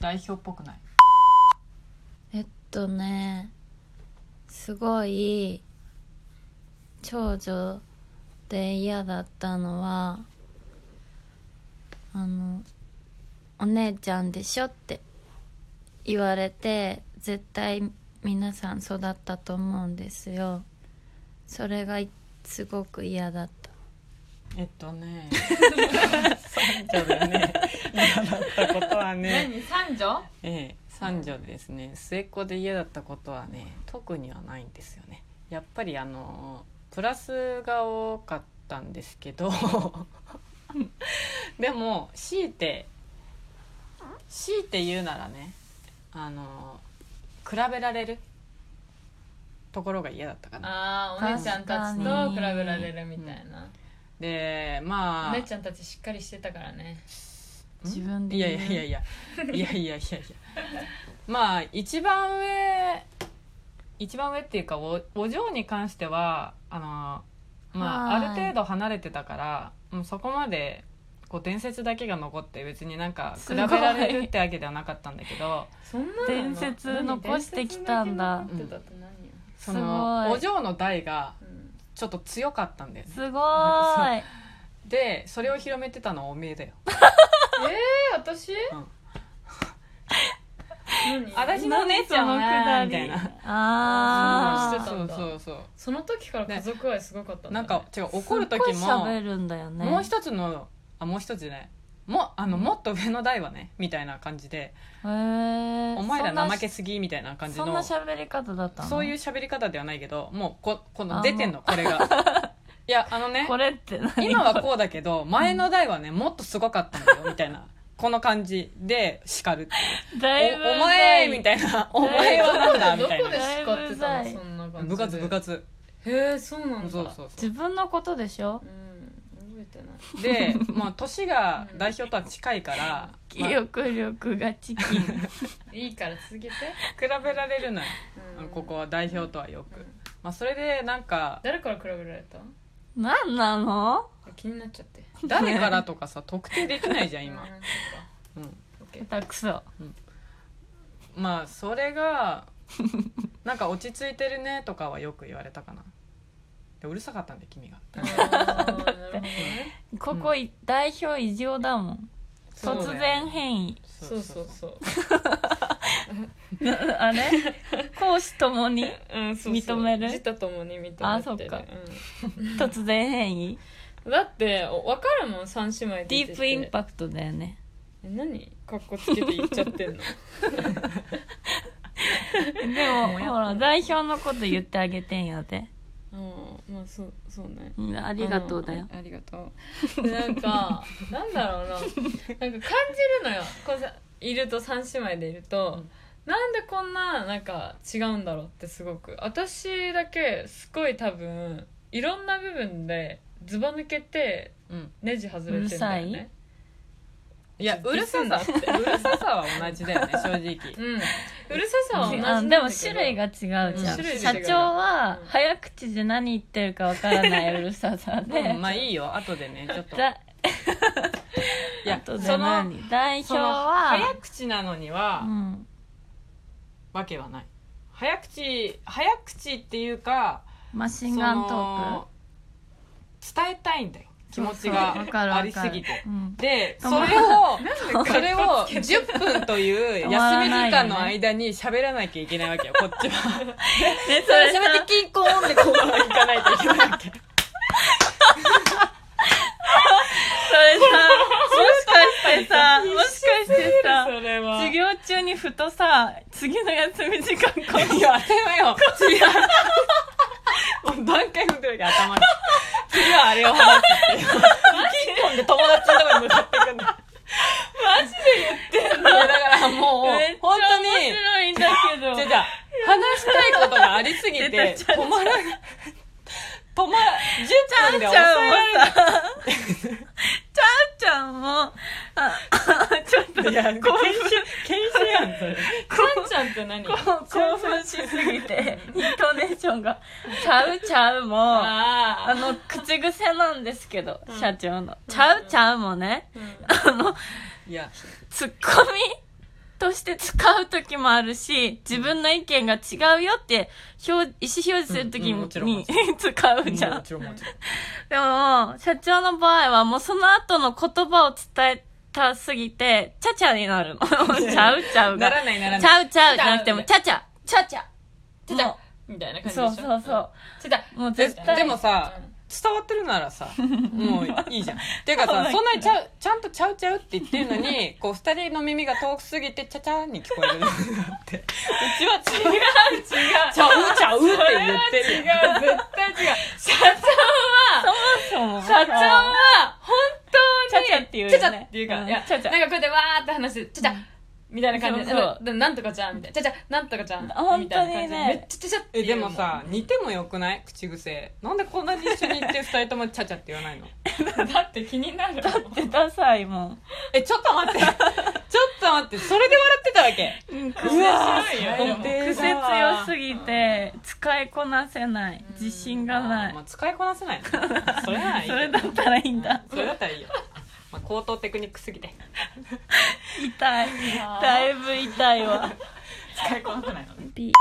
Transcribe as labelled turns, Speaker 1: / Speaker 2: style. Speaker 1: 代表っぽくない
Speaker 2: えっとねすごい長女で嫌だったのはあの「お姉ちゃんでしょ」って言われて絶対皆さん育ったと思うんですよそれがいすごく嫌だった
Speaker 1: えっとね三女でね嫌だったことはね
Speaker 3: 何三女
Speaker 1: ええ、三女ですね末っ子で家だったことはね特にはないんですよねやっぱりあのプラスが多かったんですけど でも強いて強いて言うならねあの比べられるところが嫌だったかな
Speaker 3: ああお姉ちゃんたちと比べられるみたいな、
Speaker 1: で
Speaker 3: お
Speaker 1: まあ
Speaker 3: 姉ちゃんたちしっかりしてたからね
Speaker 2: 自分で
Speaker 1: いやい
Speaker 2: 言
Speaker 1: や
Speaker 2: う
Speaker 1: いやいやいやいやいやいやまあ一番上一番上っていうかおお嬢に関してはあのまあ
Speaker 2: は
Speaker 1: あ
Speaker 2: い
Speaker 1: る程度離れてたからもうそこまでこう伝説だけが残って別になんか比
Speaker 2: す
Speaker 1: べ
Speaker 2: ごい
Speaker 1: られるってわけではなかったんだけど
Speaker 3: そんなの
Speaker 2: 伝説残してきたんだ
Speaker 3: 何伝説だけ残ってたって何よ
Speaker 1: その
Speaker 2: すご
Speaker 1: お
Speaker 2: い
Speaker 1: 嬢の代が
Speaker 3: うん
Speaker 1: ちょっと強かったんだよね
Speaker 2: すご ーい
Speaker 1: でそれを広めてたのはおめえだよ
Speaker 3: え私、
Speaker 1: ん
Speaker 3: 何
Speaker 1: 私のお姉ちゃんは
Speaker 2: 何
Speaker 1: みたいな
Speaker 2: あ
Speaker 3: ー
Speaker 2: あ
Speaker 1: そうそうそう
Speaker 3: その時から家族愛すごかった
Speaker 1: そ
Speaker 3: ん
Speaker 1: うな
Speaker 3: だ、ね、
Speaker 1: んか違う怒る時
Speaker 2: すっご
Speaker 1: も
Speaker 2: い喋るんだよね
Speaker 1: もう一つのあもう一つじゃないもあのもっと上の台はねみたいな感じで
Speaker 2: へえ
Speaker 1: お前ら怠けすぎみたいな感じ
Speaker 2: そんな
Speaker 1: の
Speaker 2: し
Speaker 1: そ
Speaker 2: ゃべり方だったの
Speaker 1: ういう喋り方ではないけどもうここ
Speaker 2: あ
Speaker 1: の出てんのこれが いやあのね
Speaker 2: これって何
Speaker 1: 今はこうだけど前の台はねもっとすごかったんだよみたいなこの感じで叱るって
Speaker 2: だいぶ
Speaker 1: おお前み
Speaker 2: い
Speaker 1: たいなお前はなんだみ
Speaker 3: どこ
Speaker 1: た
Speaker 3: で
Speaker 1: い
Speaker 3: どこ
Speaker 1: な
Speaker 3: で叱っ
Speaker 2: だいぶ
Speaker 3: てたの
Speaker 2: うざい
Speaker 3: そんな感じで
Speaker 1: 部活部活
Speaker 3: へえそうなんだ
Speaker 1: そうそうそ
Speaker 2: 自分のことでしょ
Speaker 3: うん覚えてないう
Speaker 1: でまあ年が代表とは近い から、
Speaker 2: 記
Speaker 1: まあ
Speaker 2: 憶力がチキン
Speaker 3: いいから続けて、
Speaker 1: 比べられるのよ
Speaker 3: うん
Speaker 1: ここは代表とはよく、
Speaker 3: うん
Speaker 1: まあ、それでなんか
Speaker 3: 誰から比べられた
Speaker 2: 何なの
Speaker 3: 気になっちゃって
Speaker 1: 誰からとかさ特定できないじゃん今
Speaker 3: あー、そっか
Speaker 1: うん、
Speaker 3: オッ ケー
Speaker 2: 下手くそ
Speaker 1: まあそれがなんか落ち着いてるねとかはよく言われたかなでうるさかったんで君が
Speaker 3: あーなるほどね
Speaker 2: ここい、代表異常だもん
Speaker 1: そうだよ
Speaker 2: 突然変 異
Speaker 3: そうそうそう
Speaker 2: あれ講師とも に
Speaker 3: うんそうそう
Speaker 2: 認める
Speaker 3: 自他ともに認めてる
Speaker 2: あそっか
Speaker 3: う
Speaker 2: 突然変異
Speaker 3: んだってお分かるもん三姉妹
Speaker 2: ディープイン
Speaker 3: ク
Speaker 2: パクトだよね
Speaker 3: ト何かっこつけて言っちゃってんの
Speaker 2: でもほら代表のこと言ってあげてんやで
Speaker 3: うんまあそうそうね
Speaker 2: うんあ
Speaker 3: あ
Speaker 2: りがとうだよ
Speaker 3: ありがとうでなんかなんだろうななんか感じるのよこうさいると三姉妹でいると、
Speaker 1: うん
Speaker 3: なんでこんななんか違うんだろうってすごく私だけすごい多分いろんな部分でずば抜けて
Speaker 1: うん、
Speaker 3: ネジ外れてんだよね
Speaker 1: いやうるささってうるささは同じだよね正直
Speaker 3: うんうるささは同じ
Speaker 2: あ
Speaker 3: なん
Speaker 2: で
Speaker 3: だけど
Speaker 2: も種類が違うじゃん、
Speaker 3: うん
Speaker 1: 種類
Speaker 2: 社
Speaker 1: が違う
Speaker 2: 長は
Speaker 3: うん
Speaker 2: 早口で何言ってるかわからないうるささで、
Speaker 1: うんまあいいよ後でねちょっと
Speaker 2: だ
Speaker 1: いや
Speaker 2: あとで
Speaker 1: その
Speaker 2: 何代表
Speaker 1: その早
Speaker 2: は
Speaker 1: 口なのには、
Speaker 2: うん
Speaker 1: わけはない早口早口っていうか
Speaker 2: マシンガント
Speaker 1: そ
Speaker 2: ーク
Speaker 1: の伝えたいんだよ気持ち
Speaker 2: そうそう
Speaker 1: が
Speaker 2: わかるわかる
Speaker 1: ありすぎて
Speaker 2: うん
Speaker 1: で
Speaker 2: 止
Speaker 1: そ
Speaker 2: ま
Speaker 1: れ をそれを10分という休み
Speaker 2: 止
Speaker 1: 時
Speaker 2: まらないよね
Speaker 1: 間の間に喋らなきゃいけないわけよこっち は
Speaker 2: で
Speaker 1: それ 喋ってキンコーンでこう行かないといけない わけ
Speaker 2: それさもしかしてさもしかしてさ
Speaker 3: それは
Speaker 2: 授業中にふとさ次の休み時間こう
Speaker 1: いや当てなよ次は もう段階踏んでるわけ頭に次はあれを話すっていうキンコーンで友達のとこに向かっていくんだマジで言ってんのだからも
Speaker 2: めっ
Speaker 1: う
Speaker 2: ちゃ
Speaker 1: 本当に
Speaker 2: 面白いんだけど
Speaker 1: じゃあじゃあ話したいことがありすぎ
Speaker 2: 出た
Speaker 1: て
Speaker 2: ちゃんちゃん
Speaker 1: 止まらない止まら10分で
Speaker 2: ち
Speaker 1: 抑
Speaker 2: ゃん
Speaker 1: えら
Speaker 2: もさちゃんちゃんもああちょっと
Speaker 1: れないいや研修研修やんそれ
Speaker 3: カンちゃんって何
Speaker 2: こう興奮しすぎてイントネーションが「ちゃうちゃう」もあ
Speaker 3: ああ
Speaker 2: の口癖なんですけど
Speaker 3: ん
Speaker 2: 社長の「ちゃうちゃう」もね
Speaker 3: うん
Speaker 2: あの
Speaker 1: いや
Speaker 2: ツッコミとして使う時もあるし自分の意見が違うよって表意思表示する時に,、
Speaker 1: うんうんもちろんもち
Speaker 2: 使う
Speaker 1: も
Speaker 2: じ
Speaker 1: ち
Speaker 2: ゃ
Speaker 1: ろん
Speaker 2: ん
Speaker 1: もちろんもちろん
Speaker 2: でも社長の場合はもうその後の言葉を伝えたすぎてちゃちゃに なるのちゃうちゃう
Speaker 1: な
Speaker 2: が
Speaker 1: らないなら
Speaker 2: ち
Speaker 1: ない
Speaker 2: ゃうちゃうじゃなくても
Speaker 3: ち
Speaker 2: ちゃちゃちゃちゃ
Speaker 3: ちゃちゃ
Speaker 2: も
Speaker 3: みたいな
Speaker 2: う
Speaker 3: 感じでし
Speaker 2: そ
Speaker 3: ょ
Speaker 2: うそうそう
Speaker 3: ちゃちゃ
Speaker 2: もう絶対
Speaker 3: ちゃち
Speaker 1: で
Speaker 3: ゃ
Speaker 1: もさ
Speaker 3: うん
Speaker 1: 伝わってるなら さもういいじゃんっていうかさそんなにちゃうちゃんとちゃうちゃうって言ってるの にこう二人の耳が遠すぎてちゃちゃーに聞こえるってうちは違う
Speaker 3: 違う
Speaker 1: ちゃうちゃうって言っ
Speaker 3: それは
Speaker 1: てる
Speaker 3: 違
Speaker 1: やん
Speaker 3: う絶対違う社長は社長は本当に
Speaker 2: ちゃちゃって言うよ
Speaker 3: ち
Speaker 2: ね
Speaker 3: ゃちゃっていうか、
Speaker 2: うん
Speaker 3: いや
Speaker 2: ちゃちゃ
Speaker 3: なんかこうやってわーって話してちゃちゃ、みたいな感じで
Speaker 2: そうそう
Speaker 3: でなんとかちゃんみたいなちゃちゃなんとかちゃんみたいな
Speaker 2: 本当にね
Speaker 3: 感じでめっちゃちゃちゃって
Speaker 1: えで
Speaker 3: 言うも
Speaker 1: も
Speaker 3: ん
Speaker 1: さ似てもよくない口癖なんでこんなに一緒に行って二人ともちゃちゃって言わないの
Speaker 3: だって気になるだっ
Speaker 2: でダサいもん
Speaker 1: えちょっと待って ちょっと待ってそれで笑ってたわけ
Speaker 3: うわー
Speaker 1: 最低だ
Speaker 2: 癖強すぎて使いこなせない自信がな
Speaker 1: あーまあ
Speaker 2: い
Speaker 1: 使いこなせないそれならいい
Speaker 2: そ
Speaker 1: け
Speaker 2: れ
Speaker 1: ど
Speaker 2: だったらいいんだ
Speaker 1: それだったらいいよ、まあ、高等テクニックすぎて
Speaker 2: 痛いだいぶ痛いわ
Speaker 1: 使いこなせないの
Speaker 2: ピ